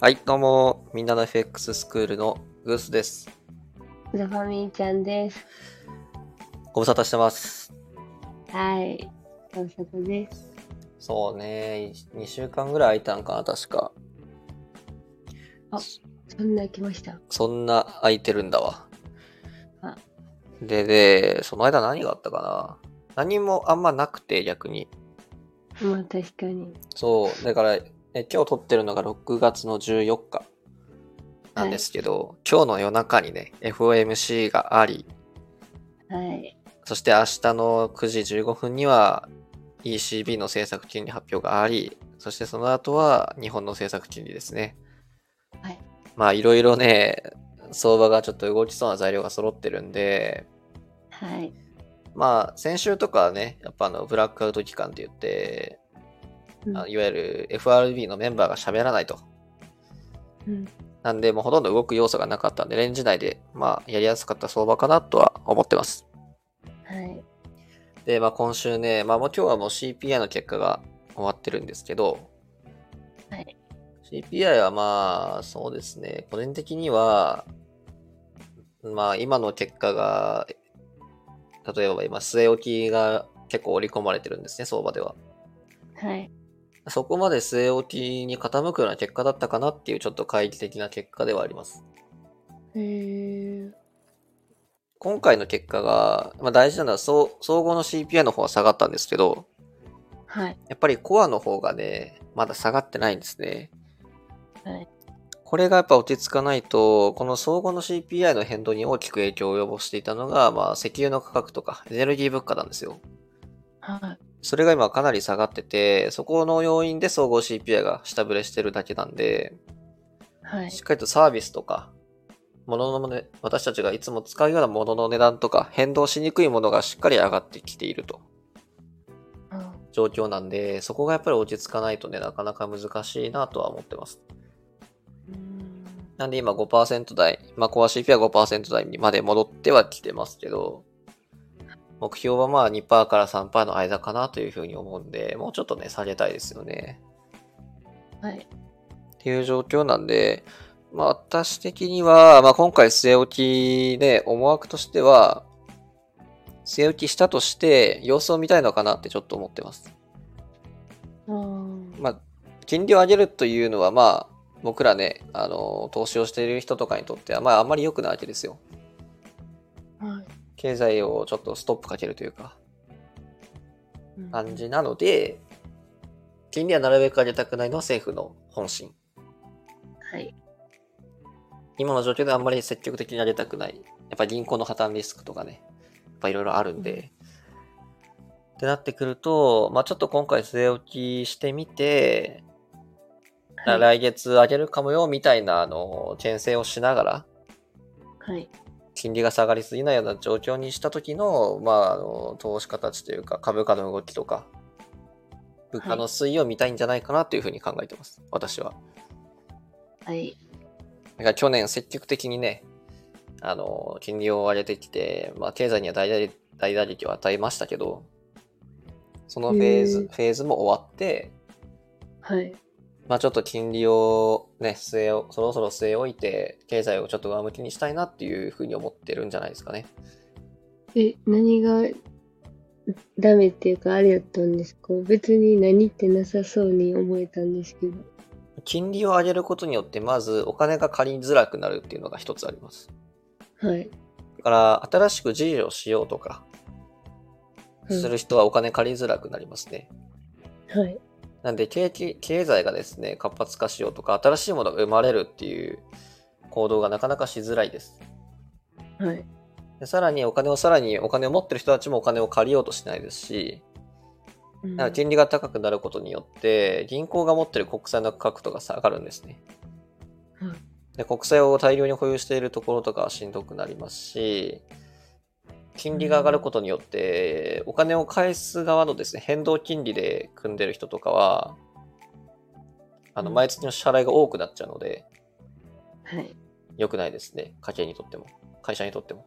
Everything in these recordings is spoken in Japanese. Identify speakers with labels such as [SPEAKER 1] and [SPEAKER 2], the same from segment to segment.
[SPEAKER 1] はい、どうも、みんなの FX スクールのグースです。
[SPEAKER 2] ザファミーちゃんです。
[SPEAKER 1] ご無沙汰してます。
[SPEAKER 2] はい。ご無沙汰です。
[SPEAKER 1] そうね、い2週間ぐらい空いたんかな、確か。
[SPEAKER 2] そんな来ました。
[SPEAKER 1] そんな空いてるんだわ
[SPEAKER 2] あ。
[SPEAKER 1] で、で、その間何があったかな何もあんまなくて、逆に。
[SPEAKER 2] まあ確かに。
[SPEAKER 1] そう、だから、え今日撮ってるのが6月の14日なんですけど、今日の夜中にね、FOMC があり、
[SPEAKER 2] はい。
[SPEAKER 1] そして明日の9時15分には ECB の政策金利発表があり、そしてその後は日本の政策金利ですね。
[SPEAKER 2] はい。
[SPEAKER 1] まあいろいろね、相場がちょっと動きそうな材料が揃ってるんで、
[SPEAKER 2] はい。
[SPEAKER 1] まあ先週とかはね、やっぱあのブラックアウト期間って言って、
[SPEAKER 2] うん
[SPEAKER 1] あのいわゆる FRB のメンバーが喋らないと。
[SPEAKER 2] うん。
[SPEAKER 1] なんでもうほとんど動く要素がなかったんで、レンジ内でまあやりやすかった相場かなとは思ってます。
[SPEAKER 2] はい。
[SPEAKER 1] で、まあ、今週ね、まあ、もう今日はもう CPI の結果が終わってるんですけど、
[SPEAKER 2] はい。
[SPEAKER 1] CPI はまあ、そうですね、個人的には、まあ、今の結果が、例えば今、据え置きが結構織り込まれてるんですね、相場では。
[SPEAKER 2] はい。
[SPEAKER 1] そこまで据え置きに傾くような結果だったかなっていう、ちょっと懐疑的な結果ではあります。
[SPEAKER 2] うーん。
[SPEAKER 1] 今回の結果が、まあ、大事なのは、総総合の CPI の方は下がったんですけど、
[SPEAKER 2] はい。
[SPEAKER 1] やっぱりコアの方がね、まだ下がってないんですね。
[SPEAKER 2] はい。
[SPEAKER 1] これがやっぱ落ち着かないと、この総合の CPI の変動に大きく影響を及ぼしていたのが、まあ、石油の価格とかエネルギー物価なんですよ。
[SPEAKER 2] はい。
[SPEAKER 1] それが今かなり下がってて、そこの要因で総合 CPI が下振れしてるだけなんで、
[SPEAKER 2] はい
[SPEAKER 1] し。っかりとサービスとか、物のね、私たちがいつも使うような物の値段とか、変動しにくいものがしっかり上がってきていると
[SPEAKER 2] あ
[SPEAKER 1] 状況なんで、そこがやっぱり落ち着かないとね、なかなか難しいなとは思ってます。
[SPEAKER 2] うーん。
[SPEAKER 1] なんで今5%台、まあ、コア CP は5%台にまで戻ってはきてますけど、目標はまあ2%から3%の間かなというふうに思うんで、もうちょっとね、下げたいですよね。
[SPEAKER 2] はい。
[SPEAKER 1] っていう状況なんで、まあ私的には、まあ今回据え置きで思惑としては、据え置きしたとして様子を見たいのかなってちょっと思ってます。
[SPEAKER 2] あー
[SPEAKER 1] まあ、金利を上げるというのは、まあ、僕らね、あの、投資をしている人とかにとっては、まあ、あんまり良くないわけですよ。
[SPEAKER 2] はい。
[SPEAKER 1] 経済をちょっとストップかけるというか、
[SPEAKER 2] うん
[SPEAKER 1] 感じなので、金利はなるべく上げたくないのは政府の本心。
[SPEAKER 2] はい。
[SPEAKER 1] 今の状況であんまり積極的に上げたくない。やっぱ銀行の破綻リスクとかね、やっぱいろいろあるんで。ってなってくると、まあちょっと今回据え置きしてみて、
[SPEAKER 2] はい。
[SPEAKER 1] 来月上げるかもよ、みたいな、あの、牽制をしながら、
[SPEAKER 2] はい。
[SPEAKER 1] 金利が下がりすぎないような状況にした時の、まあ、あの投資家たちというか株価の動きとか物価の推移を見たいんじゃないかなというふうに考えてます、私は。
[SPEAKER 2] はい。
[SPEAKER 1] だから去年積極的にねあの金利を上げてきて、まあ、経済には大打撃大打撃を与えましたけどそのフェーズ、
[SPEAKER 2] へー
[SPEAKER 1] フェーズも終わって、
[SPEAKER 2] はい。
[SPEAKER 1] まあ、ちょっと金利をね据えをそろそろ据え置いて経済をちょっと上向きにしたいなっていうふうに思ってるんじゃないですかね。
[SPEAKER 2] え、何がダメっていうかあれやったんですか別に何ってなさそうに思えたんですけど。
[SPEAKER 1] 金利を上げることによって、まずお金が借りづらくなるっていうのが一つあります。
[SPEAKER 2] はい。
[SPEAKER 1] だから、新しく事業をしようとか、
[SPEAKER 2] うん
[SPEAKER 1] する人はお金借りづらくなりますね。
[SPEAKER 2] はい。
[SPEAKER 1] なんで、景気、経済がですね、活発化しようとか、新しいものが生まれるっていう行動がなかなかしづらいです。
[SPEAKER 2] はい。
[SPEAKER 1] でさらに、お金をさらに、お金を持ってる人たちもお金を借りようとしないですし、
[SPEAKER 2] うん
[SPEAKER 1] だから金利が高くなることによって、銀行が持ってる国債の価格とか下がるんですね。
[SPEAKER 2] うん
[SPEAKER 1] で国債を大量に保有しているところとかはしんどくなりますし、金利が上がることによって、お金を返す側のですね、変動金利で組んでる人とかは、あの、
[SPEAKER 2] うん
[SPEAKER 1] 毎月の支払いが多くなっちゃうので、
[SPEAKER 2] はい。
[SPEAKER 1] 良くないですね。家計にとっても、会社にとっても。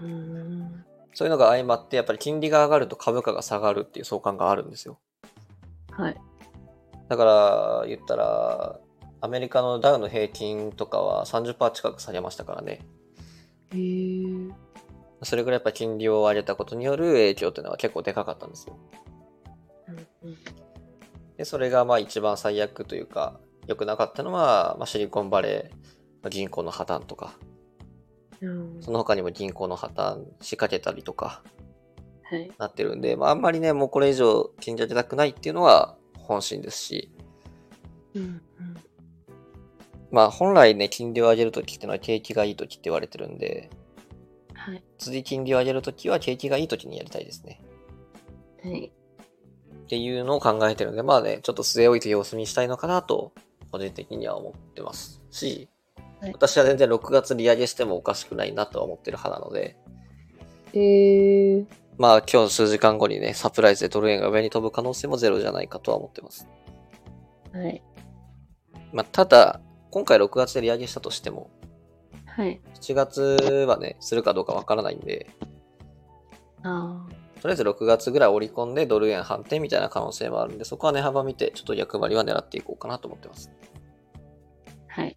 [SPEAKER 2] うーん。
[SPEAKER 1] そういうのが相まって、やっぱり金利が上がると株価が下がるっていう相関があるんですよ。
[SPEAKER 2] はい。
[SPEAKER 1] だから、言ったら、アメリカのダウの平均とかは30%近く下げましたからね。
[SPEAKER 2] へえ。
[SPEAKER 1] それぐらいやっぱ金利を上げたことによる影響っていうのは結構でかかったんですよ。で、それがまあ一番最悪というか、良くなかったのは、まあ、シリコンバレーの銀行の破綻とか、
[SPEAKER 2] うん
[SPEAKER 1] その他にも銀行の破綻仕掛けたりとか
[SPEAKER 2] はい。
[SPEAKER 1] なってるんで、まああんまりね、もうこれ以上金利上げたくないっていうのは本心ですし、
[SPEAKER 2] うん
[SPEAKER 1] まあ本来ね、金利を上げるときっていうのは景気がいいときって言われてるんで、
[SPEAKER 2] はい。
[SPEAKER 1] 次金利を上げるときは景気がいいときにやりたいですね。
[SPEAKER 2] はい。
[SPEAKER 1] っていうのを考えてるんで、まあね、ちょっと据え置いて様子見したいのかなと、個人的には思ってますし、
[SPEAKER 2] はい
[SPEAKER 1] 私は全然6月利上げしてもおかしくないなとは思ってる派なので、
[SPEAKER 2] えー、
[SPEAKER 1] まあ今日数時間後にね、サプライズでドル円が上に飛ぶ可能性もゼロじゃないかとは思ってます。
[SPEAKER 2] はい。
[SPEAKER 1] まあただ、今回6月で利上げしたとしても、
[SPEAKER 2] はい。
[SPEAKER 1] 7月はね、するかどうかわからないんで、
[SPEAKER 2] あ
[SPEAKER 1] とりあえず6月ぐらい織り込んでドル円反転みたいな可能性もあるんで、そこは値幅見て、ちょっと役割は狙っていこうかなと思ってます。
[SPEAKER 2] あ。はい。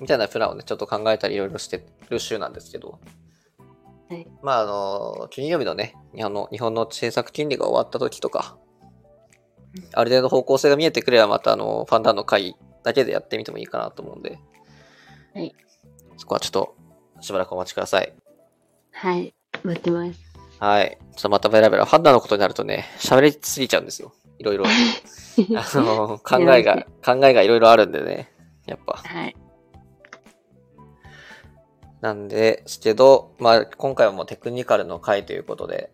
[SPEAKER 1] みたいなプランをね、ちょっと考えたりいろいろしてる週なんですけど、
[SPEAKER 2] はい
[SPEAKER 1] まああの、金曜日のね、日本の日本の政策金利が終わった時とか
[SPEAKER 2] うん、
[SPEAKER 1] ある程度方向性が見えてくれば、またあの、ファンダーの会だけでやってみてもいいかなと思うんで、
[SPEAKER 2] はい
[SPEAKER 1] そこはちょっとしばらくお待ちください。
[SPEAKER 2] はい。待ってます。
[SPEAKER 1] はい。ちょっとまたベラベラ、ファンダーのことになるとね、喋りすぎちゃうんですよ。い ろいろ。あの、考えが、考えがいろいろあるんでね、やっぱ。
[SPEAKER 2] はい。
[SPEAKER 1] なんですけど、まあ、今回はもうテクニカルの回ということで、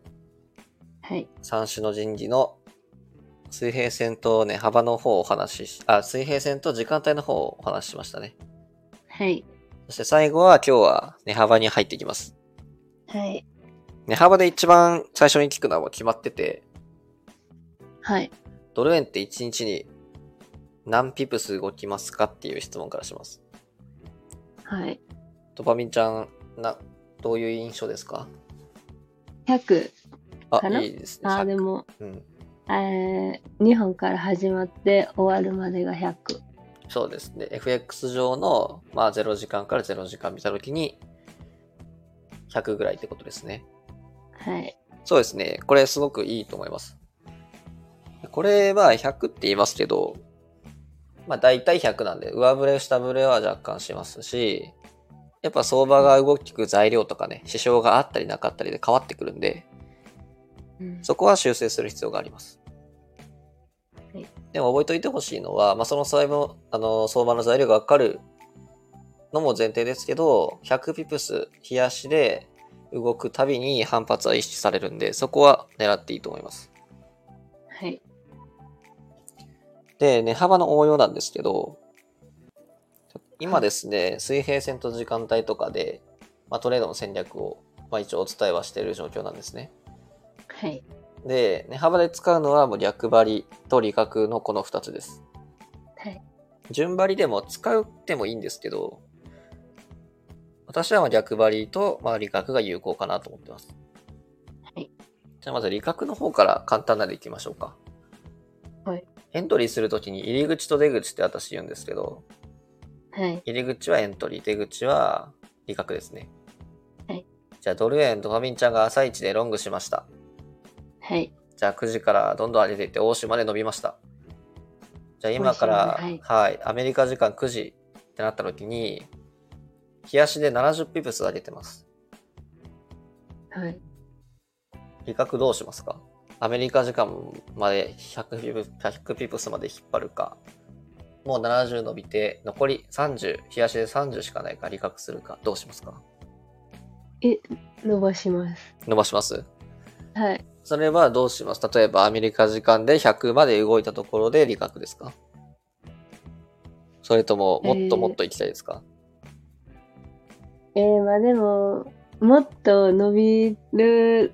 [SPEAKER 2] はい。
[SPEAKER 1] 三種の人事の水平線とね、幅の方をお話しし、あ、水平線と時間帯の方をお話ししましたね。
[SPEAKER 2] はい。
[SPEAKER 1] そして最後は今日は値幅に入っていきます。
[SPEAKER 2] はい。
[SPEAKER 1] 値幅で一番最初に聞くのはもう決まってて、
[SPEAKER 2] はい。
[SPEAKER 1] ドル円って1日に何ピプス動きますかっていう質問からします。
[SPEAKER 2] はい。
[SPEAKER 1] ドパミンちゃん、な、どういう印象ですか
[SPEAKER 2] 100。
[SPEAKER 1] あ
[SPEAKER 2] か、ない
[SPEAKER 1] いですね。
[SPEAKER 2] ああ、
[SPEAKER 1] 100
[SPEAKER 2] でも、
[SPEAKER 1] うん。
[SPEAKER 2] えー、2本から始まって終わるまでが100。
[SPEAKER 1] そうですね。FX 上の、まあ、0時間から0時間見たときに、100ぐらいってことですね。
[SPEAKER 2] はい。
[SPEAKER 1] そうですね。これすごくいいと思います。これは100って言いますけど、まあ大体100なんで、上振れ、下振れは若干しますし、やっぱ相場が動く材料とかね、指標があったりなかったりで変わってくるんで、
[SPEAKER 2] うん
[SPEAKER 1] そこは修正する必要があります
[SPEAKER 2] はい。
[SPEAKER 1] でも覚えておいてほしいのは、まあ、その相場のあの相場の材料がわかるのも前提ですけど、100ピプス、冷やしで動くたびに反発は意識されるんで、そこは狙っていいと思います。
[SPEAKER 2] はい。
[SPEAKER 1] で、値幅の応用なんですけど、今ですね、水平線と時間帯とかで、まあ、トレードの戦略を、まあ、一応お伝えはしている状況なんですね。
[SPEAKER 2] はい。
[SPEAKER 1] で、値幅で使うのはもう逆張りと利確のこの2つです。
[SPEAKER 2] はい。
[SPEAKER 1] 順張りでも使ってもいいんですけど、私はまあ逆張りとまあ利確が有効かなと思ってます。
[SPEAKER 2] はい。
[SPEAKER 1] じゃあまず利確の方から簡単なのでいきましょうか。
[SPEAKER 2] はい。
[SPEAKER 1] エントリーするときに入り口と出口って私言うんですけど、
[SPEAKER 2] はい。
[SPEAKER 1] 入り口はエントリー、出口は利確ですね。
[SPEAKER 2] はい。
[SPEAKER 1] じゃあドル円、ドファミンちゃんが朝一でロングしました。
[SPEAKER 2] はい。
[SPEAKER 1] じゃあ9時からどんどん上げていって、欧州まで伸びました。じゃあ今から、
[SPEAKER 2] 欧州まで
[SPEAKER 1] はい、アメリカ時間9時ってなった時に、冷やしで70ピプス上げてます。
[SPEAKER 2] はい。
[SPEAKER 1] 比較どうしますかアメリカ時間まで100ピプ100ピプスまで引っ張るか、もう70伸びて、残り30、冷やしで30しかないから、比較するか、どうしますか
[SPEAKER 2] 伸ばします。
[SPEAKER 1] 伸ばします
[SPEAKER 2] はい。
[SPEAKER 1] それはどうします例えばアメリカ時間で100まで動いたところで利確ですかそれとももっともっと行きたいですか、
[SPEAKER 2] えー、まあでも、もっと伸びる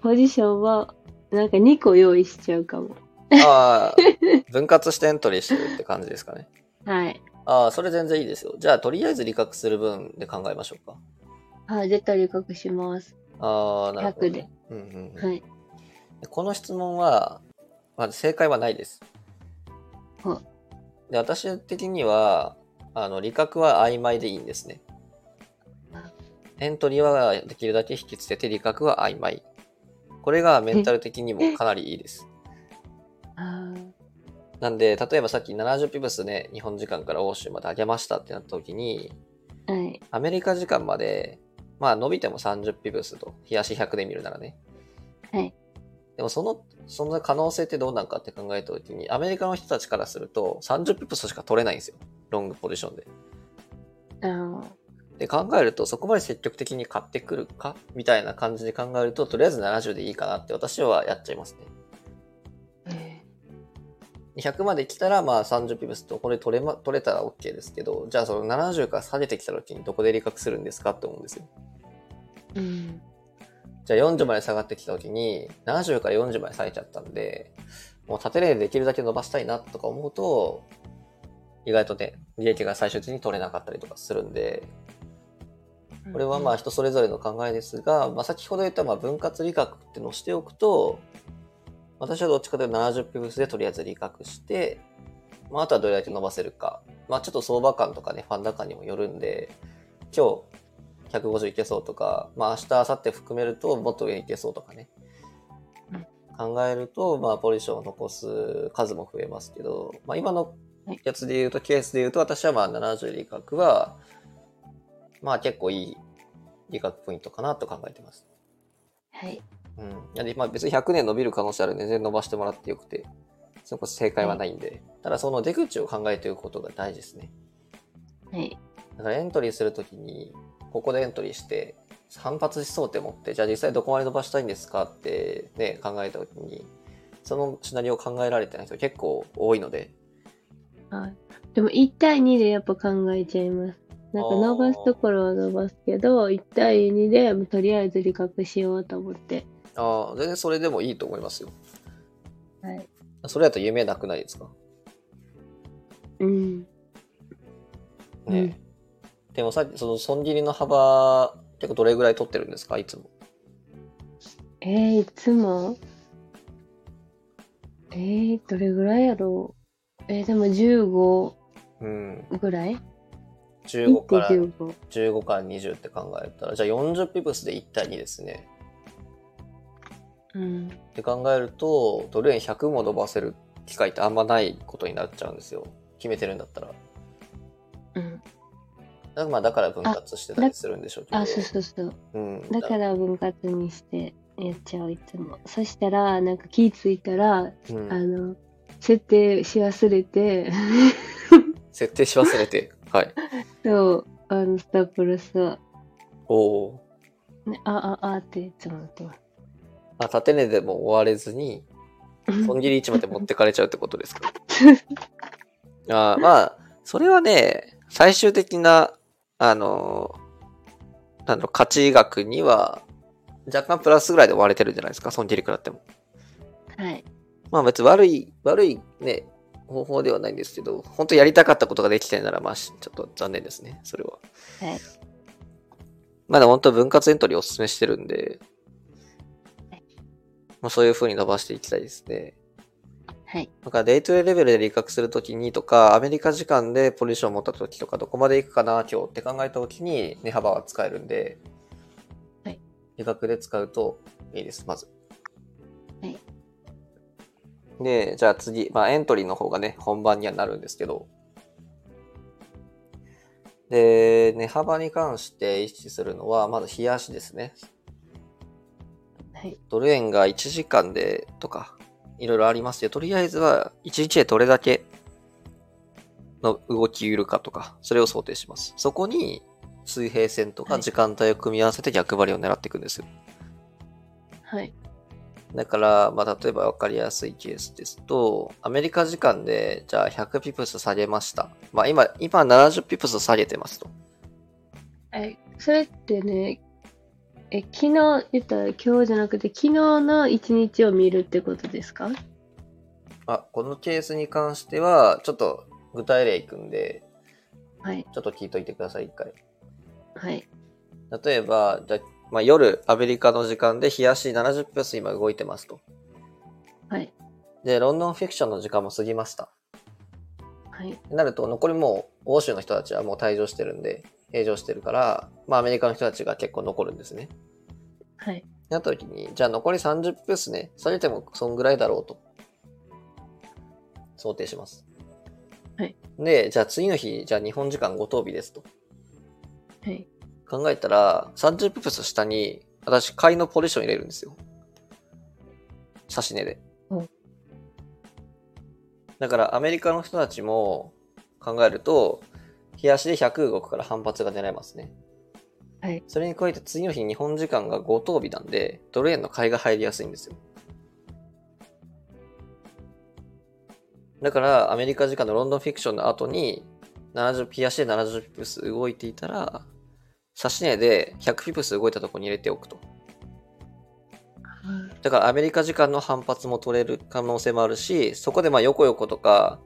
[SPEAKER 2] ポジションは、なんか2個用意しちゃうかも。
[SPEAKER 1] ああ、分割してエントリーしてるって感じですかね。
[SPEAKER 2] はい。
[SPEAKER 1] ああ、それ全然いいですよ。じゃあとりあえず利確する分で考えましょうか。
[SPEAKER 2] はい、絶対利確します。
[SPEAKER 1] ああ、なるほど、
[SPEAKER 2] 100で
[SPEAKER 1] ね。うんうんうん
[SPEAKER 2] はい。
[SPEAKER 1] この質問は、まあ、正解はないです
[SPEAKER 2] ほう。
[SPEAKER 1] で、私的には、あの、利確は曖昧でいいんですね。エントリーはできるだけ引きつけて、利確は曖昧。これがメンタル的にもかなりいいです。
[SPEAKER 2] あー
[SPEAKER 1] なんで、例えばさっき70ピブスね、日本時間から欧州まで上げましたってなった時に、
[SPEAKER 2] はい。
[SPEAKER 1] アメリカ時間まで、まあ伸びても30ピブスと、冷やし100で見るならね。
[SPEAKER 2] はい。
[SPEAKER 1] でもその、その可能性ってどうなんかって考えた時に、アメリカの人たちからすると30ピブスしか取れないんですよ。ロングポジションで。
[SPEAKER 2] あー
[SPEAKER 1] で考えると、そこまで積極的に買ってくるかみたいな感じで考えると、とりあえず70でいいかなって私はやっちゃいますね。
[SPEAKER 2] え
[SPEAKER 1] 100まで来たら、まあ30ピブスとこれ取れ,、ま、取れたら OK ですけど、じゃあその70から下げてきた時にどこで利確するんですかって思うんですよ。
[SPEAKER 2] ーうん。
[SPEAKER 1] じゃあ40まで下がってきた時に、70から40まで下げちゃったんで、もう縦例でできるだけ伸ばしたいなとか思うと、意外とね、利益が最終的に取れなかったりとかするんで、これはまあ人それぞれの考えですが、まあ、先ほど言ったまあ分割利確っていうのをしておくと、私はどっちかというと70ピブスでとりあえず利確して、まあ、あとはどれだけ伸ばせるか。まあ、ちょっと相場感とかね、ファンダ感にもよるんで、今日150いけそうとか、まあ、明日、明後日含めるともっと上いけそうとかね
[SPEAKER 2] うん。
[SPEAKER 1] 考えると、まあ、ポジションを残す数も増えますけど、まあ、今のやつで言うと、ケースで言うと、私はまあ70利確は、まあ結構いい利確ポイントかなと考えてます。
[SPEAKER 2] はい。
[SPEAKER 1] うん。なんで、まあ別に100年伸びる可能性あるんで、全然伸ばしてもらってよくて、そこ正解はないんで、ただその出口を考えておくことが大事ですね。
[SPEAKER 2] はい。
[SPEAKER 1] だからエントリーするときに、ここでエントリーして、反発しそうって思って、じゃあ実際どこまで伸ばしたいんですかってね、考えたときに、そのシナリオを考えられてない人結構多いので、
[SPEAKER 2] はい。でも1対2でやっぱ考えちゃいます。なんか伸ばすところは伸ばすけど、1対2でもうとりあえず利確しようと思って。
[SPEAKER 1] ああ、全然それでもいいと思いますよ。
[SPEAKER 2] はい。
[SPEAKER 1] それだと夢なくないですか
[SPEAKER 2] うん。
[SPEAKER 1] ね、でもさっきその損切りの幅結構どれぐらい取ってるんですかいつも
[SPEAKER 2] えー、いつもえー、どれぐらいやろうえー、でも15
[SPEAKER 1] うん
[SPEAKER 2] ぐらい
[SPEAKER 1] 15から
[SPEAKER 2] ?1.15。
[SPEAKER 1] 15から20って考えたらじゃあ40ピブスで1対2ですね
[SPEAKER 2] うん。
[SPEAKER 1] って考えるとドル円100も伸ばせる機会ってあんまないことになっちゃうんですよ決めてるんだったらだ
[SPEAKER 2] うん。
[SPEAKER 1] からまあだから分割してたりするんでしょうけど
[SPEAKER 2] あ、そうそうそう。
[SPEAKER 1] うん、
[SPEAKER 2] だから分割にしてやっちゃう、いつも。そしたら、なんか気ぃついたら、
[SPEAKER 1] う
[SPEAKER 2] あ
[SPEAKER 1] ん、
[SPEAKER 2] の、設定し忘れて、
[SPEAKER 1] 設定し忘れてはい
[SPEAKER 2] そう、あの、スタップロスは、
[SPEAKER 1] おお
[SPEAKER 2] ね、あ、あ、あっていつも思ってます。
[SPEAKER 1] あ縦値でも終われずに損切り位置まで持ってかれちゃうってことですかあーまあ、それはね、最終的な、あのー、なんだろう、価値額には、若干プラスぐらいで割れてるじゃないですか、損切り食らっても。
[SPEAKER 2] はい。
[SPEAKER 1] まあ別に悪い、悪いね、方法ではないんですけど、本当やりたかったことができてないなら、まあしちょっと残念ですね、それは。
[SPEAKER 2] はい。
[SPEAKER 1] まだ本当分割エントリーおすすめしてるんで
[SPEAKER 2] はい、
[SPEAKER 1] まあそういう風に伸ばしていきたいですね。
[SPEAKER 2] はい。
[SPEAKER 1] だからデイトレレベルで利確するときにとか、アメリカ時間でポジションを持ったときとか、どこまで行くかな、今日って考えたときに値幅は使えるんで、
[SPEAKER 2] はい。
[SPEAKER 1] 利確で使うといいです、まず。
[SPEAKER 2] はい。
[SPEAKER 1] で、じゃあ次、まあエントリーの方がね、本番にはなるんですけど、で、値幅に関して意識するのは、まず冷やしですね。
[SPEAKER 2] はい。
[SPEAKER 1] ドル円が1時間でとか、いろいろありますよ。とりあえずは、1日でどれだけの動き緩かとか、それを想定します。そこに、水平線とか
[SPEAKER 2] はい
[SPEAKER 1] 時間帯を組み合わせて逆張りを狙っていくんですよ。
[SPEAKER 2] はい。
[SPEAKER 1] だから、まあ、例えば分かりやすいケースですと、アメリカ時間で、じゃあ100ピプス下げました。まあ、今、今70ピプス下げてますと。
[SPEAKER 2] え、それってね、え、昨日、言ったら今日じゃなくて、昨日の一日を見るってことですか
[SPEAKER 1] あ、このケースに関しては、ちょっと具体例いくんで、
[SPEAKER 2] はい、
[SPEAKER 1] ちょっと聞いといてください、一回。
[SPEAKER 2] はい、
[SPEAKER 1] 例えば、じゃあまあ、夜、アメリカの時間で、冷やし70分ス今動いてますと。
[SPEAKER 2] はい、
[SPEAKER 1] で、ロンドンフィクションの時間も過ぎました。
[SPEAKER 2] はい。
[SPEAKER 1] なると残りもう欧州の人たちはもう退場してるんで平常してるから、まあ、アメリカの人たちが結構残るんですね。
[SPEAKER 2] はい。
[SPEAKER 1] なった時にじゃあ残り30分ですねそれでもそんぐらいだろうと想定します。
[SPEAKER 2] はい、
[SPEAKER 1] でじゃあ次の日じゃあ日本時間ご当日ですと
[SPEAKER 2] はい。
[SPEAKER 1] 考えたら30分下に私買いのポジション入れるんですよ。差し値で。
[SPEAKER 2] うん
[SPEAKER 1] だからアメリカの人たちも考えると日足で100動くから反発が狙えますね。
[SPEAKER 2] はい。
[SPEAKER 1] それに加えて次の日日本時間が5等日なんでドル円の買いが入りやすいんですよ。だからアメリカ時間のロンドンフィクションの後に70ピアシで70ピプス動いていたら指値で100ピプス動いたところに入れておくと。だからアメリカ時間の反発も取れる可能性もあるし、そこでまあ横横とか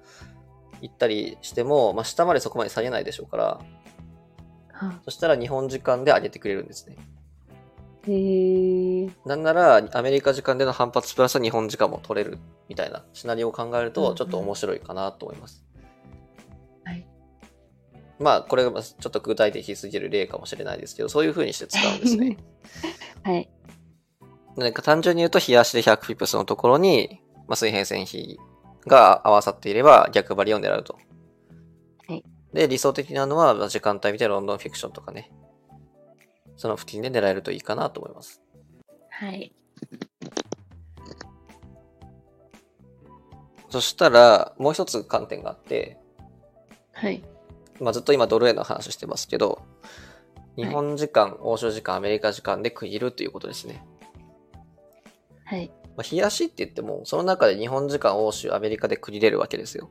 [SPEAKER 1] 行ったりしても、まあ、下までそこまで下げないでしょうから、
[SPEAKER 2] は
[SPEAKER 1] そしたら日本時間で上げてくれるんですね。
[SPEAKER 2] えー、
[SPEAKER 1] なんならアメリカ時間での反発プラス日本時間も取れるみたいなシナリオを考える
[SPEAKER 2] うんう
[SPEAKER 1] と
[SPEAKER 2] ん
[SPEAKER 1] ちょっと面白いかなと思います。
[SPEAKER 2] はい。
[SPEAKER 1] まあこれがちょっと具体的すぎる例かもしれないですけどそういう風にして使うんです ね。
[SPEAKER 2] はい。
[SPEAKER 1] なんか単純に言うと日足で100ピプスのところに、まあ、水平線比が合わさっていれば逆張りを狙うと。
[SPEAKER 2] はい
[SPEAKER 1] で理想的なのはまあ時間帯見てロンドンフィクションとかねその付近で狙えるといいかなと思います。
[SPEAKER 2] はい。
[SPEAKER 1] そしたらもう一つ観点があって
[SPEAKER 2] はい。
[SPEAKER 1] まあ、ずっと今ドル円の話してますけど、
[SPEAKER 2] い
[SPEAKER 1] 日本時間、欧州時間、アメリカ時間で区切るということですね。
[SPEAKER 2] はい。
[SPEAKER 1] まあ、冷やしって言っても、その中で日本時間、欧州、アメリカで区切れるわけですよ。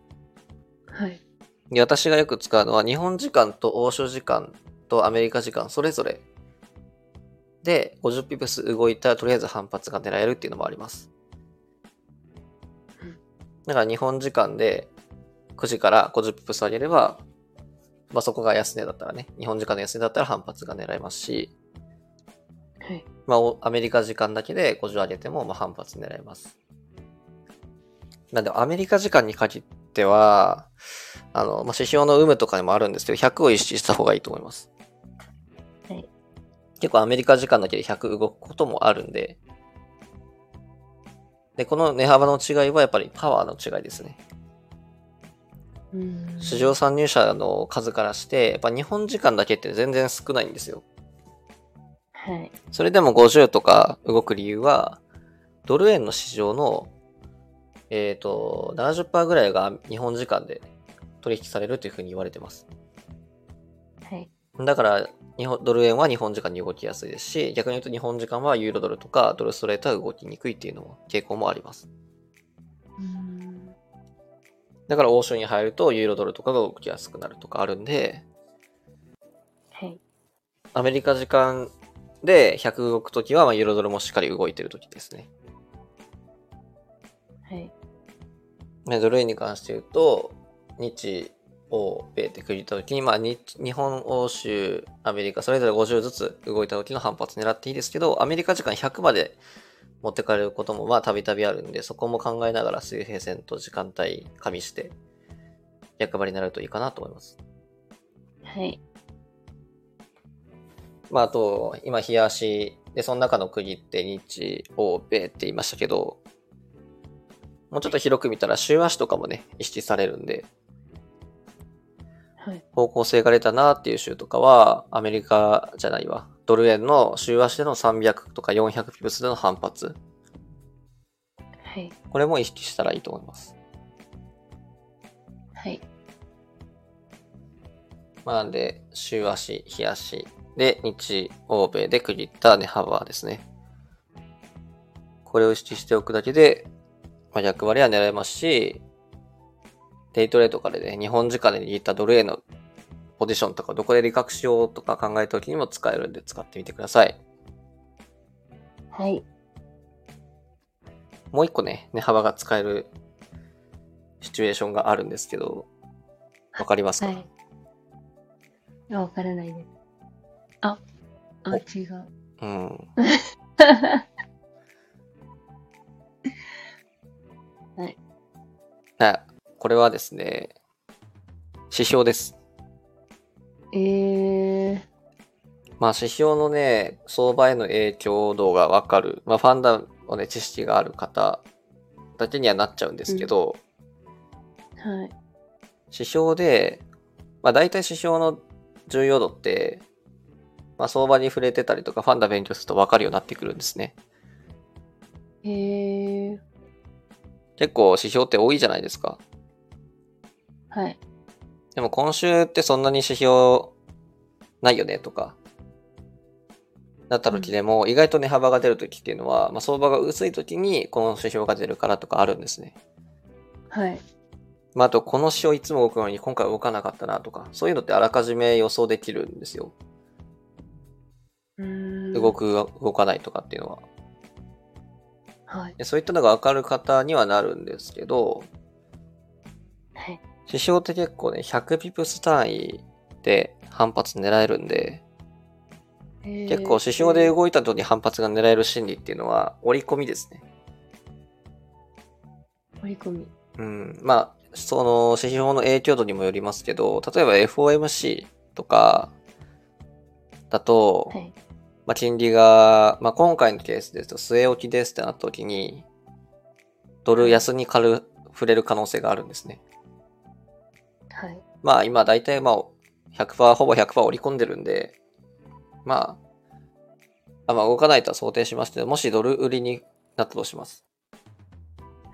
[SPEAKER 2] はい。
[SPEAKER 1] で私がよく使うのは、日本時間と欧州時間とアメリカ時間それぞれで50ピプス動いたらとりあえず反発が狙えるっていうのもあります
[SPEAKER 2] うん。
[SPEAKER 1] だから日本時間で9時から50ピプス上げれば、まあ、そこが安値だったらね、日本時間の安値だったら反発が狙えますし、
[SPEAKER 2] はい。
[SPEAKER 1] まあ、おアメリカ時間だけで50上げても、まあ、反発狙えます。なんで、アメリカ時間に限っては、あの、まあ、指標の有無とかにもあるんですけど、100を意識した方がいいと思います。
[SPEAKER 2] はい
[SPEAKER 1] 結構アメリカ時間だけで100動くこともあるんで、で、この値幅の違いはやっぱりパワーの違いですね。
[SPEAKER 2] うん
[SPEAKER 1] 市場参入者の数からして、やっぱ日本時間だけって全然少ないんですよ。
[SPEAKER 2] はい。
[SPEAKER 1] それでも50とか動く理由は、ドル円の市場の、えっ、と、70%ぐらいが日本時間で取引されるというふうに言われてます。
[SPEAKER 2] はい。
[SPEAKER 1] だから、日本ドル円は日本時間に動きやすいですし、逆に言うと日本時間はユーロドルとかドルストレートは動きにくいっていうのも傾向もあります。
[SPEAKER 2] うん
[SPEAKER 1] だから欧州に入るとユーロドルとかが動きやすくなるとかあるんで、
[SPEAKER 2] はい。
[SPEAKER 1] アメリカ時間で100動くときは、まあ、ユーロドルもしっかり動いてるときですね。
[SPEAKER 2] はい。
[SPEAKER 1] ねドル円に関して言うと、日、欧、米って区切ったときに、まあ日、日本、欧州、アメリカ、それぞれ50ずつ動いたときの反発狙っていいですけど、アメリカ時間100まで持ってかれることも、まあ、たびたびあるんで、そこも考えながら水平線と時間帯加味して、役割になるといいかなと思います。
[SPEAKER 2] はい。
[SPEAKER 1] まあ、あと、今、冷やし、で、その中の区切って、日、欧、米って言いましたけど、もうちょっと広く見たら、週足とかもね、意識されるんで、
[SPEAKER 2] はい。
[SPEAKER 1] 方向性が出たなっていう州とかは、アメリカじゃないわ、ドル円の週足での300とか400ピプスでの反発。
[SPEAKER 2] はい。
[SPEAKER 1] これも意識したらいいと思います。
[SPEAKER 2] はい。
[SPEAKER 1] まあ、なんで、週足、日足で日、欧米で区切った値幅ですね。これを意識しておくだけで、まあ、役割は狙えますし、デイトレとかでね、日本時間で握ったドル円のポジションとか、どこで利確しようとか考えた時にも使えるんで使ってみてください。
[SPEAKER 2] はい。
[SPEAKER 1] もう一個ね、値幅が使えるシチュエーションがあるんですけど、わかりますか、
[SPEAKER 2] はい。いやわからないです。あ、あ、
[SPEAKER 1] お
[SPEAKER 2] 違う。
[SPEAKER 1] うん。
[SPEAKER 2] はい
[SPEAKER 1] あ。これはですね、指標です。
[SPEAKER 2] ええ
[SPEAKER 1] まあ指標のね、相場への影響度がわかる。まあファンダのね、知識がある方だけにはなっちゃうんですけど、
[SPEAKER 2] はい。
[SPEAKER 1] 指標で、まあ、大体指標の重要度って、まあ、相場に触れてたりとかファンダ勉強すると分かるようになってくるんですね。
[SPEAKER 2] ええ
[SPEAKER 1] 結構指標って多いじゃないですか。
[SPEAKER 2] はい。
[SPEAKER 1] でも今週ってそんなに指標ないよねとか、なった時でも意外と値幅が出る時っていうのは、まあ、相場が薄い時にこの指標が出るからとかあるんですね。
[SPEAKER 2] はい。
[SPEAKER 1] まあ、あとこの指標いつも動くのに今回動かなかったなとか、そういうのってあらかじめ予想できるんですよ。
[SPEAKER 2] うーん
[SPEAKER 1] 動。く、動かないとかっていうのは。
[SPEAKER 2] はい。
[SPEAKER 1] でそういったのが分かる方にはなるんですけど、
[SPEAKER 2] はい。
[SPEAKER 1] 指標って結構ね、100ピプス単位で反発狙えるんで、結構指標で
[SPEAKER 2] 動
[SPEAKER 1] 動いた時に反発が狙える心理っていうのは、折り込みですね。
[SPEAKER 2] 盛り込み。
[SPEAKER 1] うん。まあ、その指標の影響度にもよりますけど、例えば FOMC とかだと、
[SPEAKER 2] はい。
[SPEAKER 1] まあ、金利が、まあ、今回のケースですと、据え置きですってなった時に、ドル安に軽触れる可能性があるんですね。
[SPEAKER 2] はい。
[SPEAKER 1] まあ今大体まあ100%ほぼ100%織り込んでるんで、まあ、あまあ動かないとは想定しますけど、もしドル売りになったとします。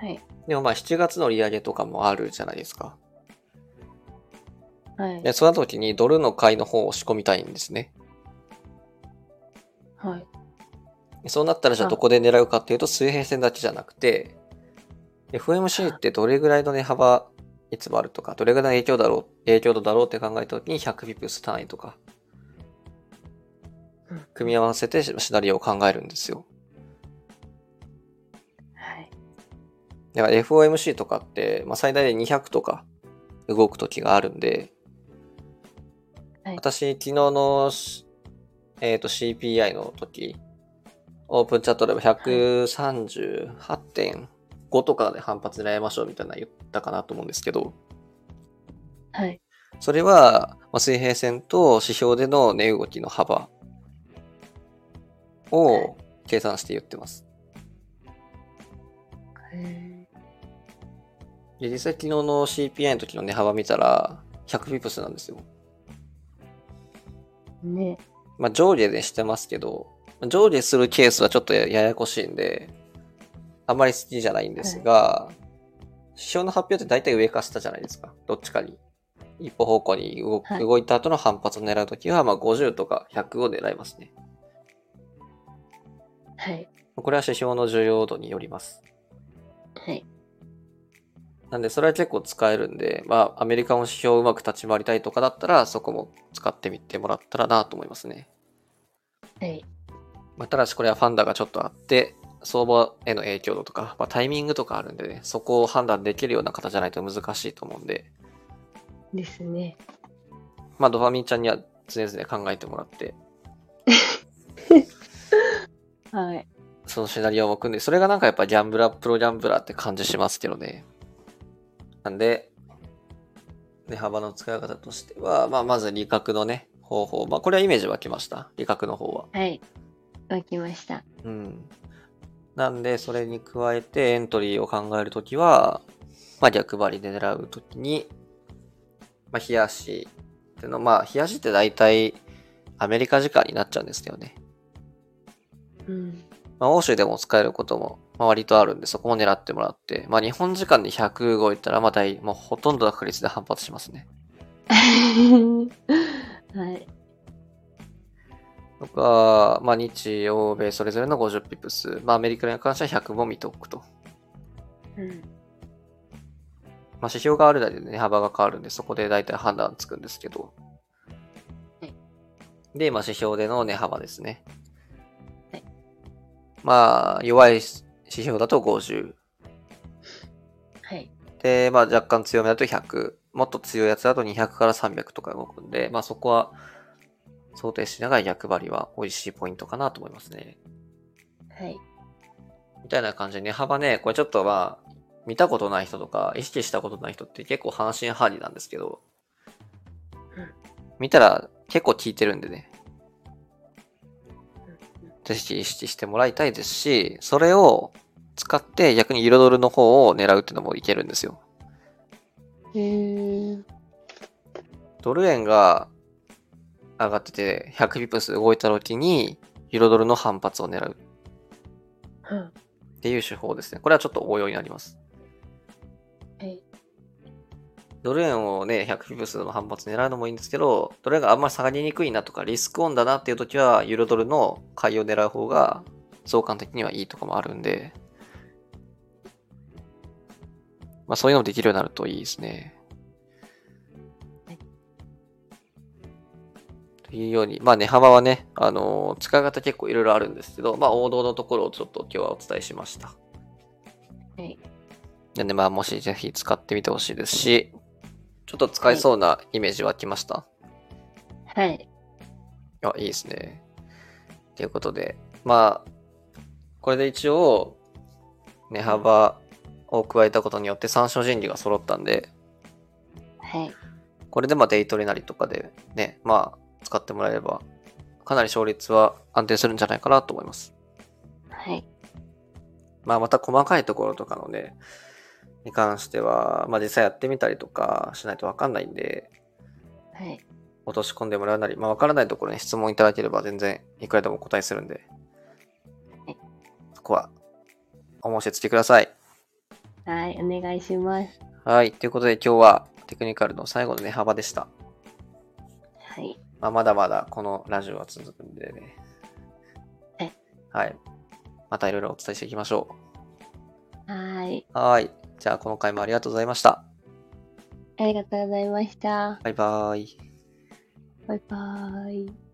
[SPEAKER 2] はい。
[SPEAKER 1] でもまあ7月の利上げとかもあるじゃないですか。
[SPEAKER 2] はい。
[SPEAKER 1] で、その時にドルの買いの方を押し込みたいんですね。
[SPEAKER 2] はい。
[SPEAKER 1] そうなったらじゃあどこで狙うかっていうと水平線だけじゃなくて、FMC ってどれぐらいの値幅いつもあるとか、どれぐらいの影響だろう、影響度だろうって考えた時に100ピプス単位とか、
[SPEAKER 2] うん
[SPEAKER 1] 組み合わせてシナリオを考えるんですよ。
[SPEAKER 2] はい。
[SPEAKER 1] だから FOMC とかって、まあ、最大で200とか動く時があるんで、
[SPEAKER 2] はい
[SPEAKER 1] 私、昨日のし、えー、と CPI の時、オープンチャットでも138.5とかで反発狙いましょうみたいなの言ったかなと思うんですけど、
[SPEAKER 2] はい。
[SPEAKER 1] それは、まあ、水平線と指標での値動きの幅を計算して言ってます。
[SPEAKER 2] え
[SPEAKER 1] で、実際昨日の CPI の時の値幅見たら、100ピプスなんですよ。
[SPEAKER 2] ー、ね。
[SPEAKER 1] まあ、上下でしてますけど、まあ上下するケースはちょっとやややこしいんで、あんまり好きじゃないんですが、指標の発表って大体上か下じゃないですか。どっちかに。一歩方向に動,、
[SPEAKER 2] はい
[SPEAKER 1] 動いた後の反発を狙うときは、まあ、50とか100を狙いますね。
[SPEAKER 2] はい。
[SPEAKER 1] これは指標の重要度によります。
[SPEAKER 2] はい。
[SPEAKER 1] なんで、それは結構使えるんで、まあ、アメリカの指標をうまく立ち回りたいとかだったら、そこも使ってみてもらったらなと思いますね。
[SPEAKER 2] はい。
[SPEAKER 1] まあ、ただしこれはファンダがちょっとあって、相場への影響度とか、まあ、タイミングとかあるんでね、そこを判断できるような方じゃないと難しいと思うんで、
[SPEAKER 2] ですね。
[SPEAKER 1] まあ、ドファミンちゃんには常々考えてもらって、
[SPEAKER 2] はい。
[SPEAKER 1] そのシナリオも組んで、それがなんかやっぱギャンブラー、プロギャンブラーって感じしますけどね。なんで、値幅の使い方としては、まあ、まず利確のね、方法。まあ、これはイメージ湧きました。利確の方は。
[SPEAKER 2] はい。わきました。
[SPEAKER 1] うん。なんで、それに加えてエントリーを考えるときは、まあ、逆張りで狙うときに、まあ、冷やしっての、まあ、冷やしって大体アメリカ時間になっちゃうんですよね。
[SPEAKER 2] うん。
[SPEAKER 1] まあ、欧州でも使えることも、まあ、割とあるんで、そこも狙ってもらって、まあ、日本時間で100動いたら、まあ、大、もうほとんどの確率で反発しますね。
[SPEAKER 2] はい。
[SPEAKER 1] とか、まあ、日、欧米それぞれの50ピプス、まあ、アメリカに関しては100も見ておくと。
[SPEAKER 2] うん。
[SPEAKER 1] まあ、指標があるだけで値幅が変わるんで、そこで大体判断つくんですけど
[SPEAKER 2] はい。
[SPEAKER 1] で、まあ、指標での値幅ですね
[SPEAKER 2] はい。
[SPEAKER 1] まあ、弱い指標だと50。
[SPEAKER 2] はい。
[SPEAKER 1] で、まあ、若干強めだと100。もっと強いやつだと200から300とか動くんで、まあ、そこは想定しながら逆張りは美味しいポイントかなと思いますね。
[SPEAKER 2] はい。
[SPEAKER 1] みたいな感じで値幅ね、これちょっとまあ、見たことない人とか、意識したことない人って結構半信半疑なんですけど、見たら結構効いてるんでね。ぜひ意識してもらいたいですし、それを使って逆に彩るの方を狙うっていうのもいけるんですよ。
[SPEAKER 2] へー
[SPEAKER 1] ドル円が上がってて100ピプス動いた時に彩るの反発を狙う
[SPEAKER 2] は
[SPEAKER 1] っていう手法ですね。これはちょっと応用になります。
[SPEAKER 2] い。
[SPEAKER 1] ドル円をね、100ピプスの反発狙うのもいいんですけど、ドル円があんまり下がりにくいなとか、リスクオンだなっていう時は、ユーロドルの買いを狙う方が、相関的にはいいとかもあるんで、まあそういうのもできるようになるといいですね。というように、まあ値幅はね、あのー使い方結構いろいろあるんですけど、まあ王道のところをちょっと今日はお伝えしました。
[SPEAKER 2] はい。
[SPEAKER 1] なんでまあもしぜひ使ってみてほしいですし、ちょっと使えそうなイメージはきました。
[SPEAKER 2] はい。
[SPEAKER 1] あ、いいですね。ということで、まあ、これで一応、値幅を加えたことによって参照人理が揃ったんで、
[SPEAKER 2] はい。
[SPEAKER 1] これでまあデイトレなりとかでね、まあ使ってもらえれば、かなり勝率は安定するんじゃないかなと思います。
[SPEAKER 2] はい。
[SPEAKER 1] まあまた細かいところとかのね、に関しては、まあ実際やってみたりとかしないとわかんないんで、
[SPEAKER 2] はい。
[SPEAKER 1] 落とし込んでもらうなり、まあわからないところに質問いただければ全然いくらでもお答えするんで
[SPEAKER 2] はい、
[SPEAKER 1] そこはお申し付けください。
[SPEAKER 2] はい。お願いします。
[SPEAKER 1] はい。ということで今日はテクニカルの最後の値幅でした。
[SPEAKER 2] はい。
[SPEAKER 1] まあ、まだまだこのラジオは続くんでね。
[SPEAKER 2] はい。
[SPEAKER 1] はい。またいろいろお伝えしていきましょ
[SPEAKER 2] はい。
[SPEAKER 1] う。はい。じゃあこの回もありがとうございました。
[SPEAKER 2] ありがとうございました。
[SPEAKER 1] バイバーイ。
[SPEAKER 2] バイバーイ。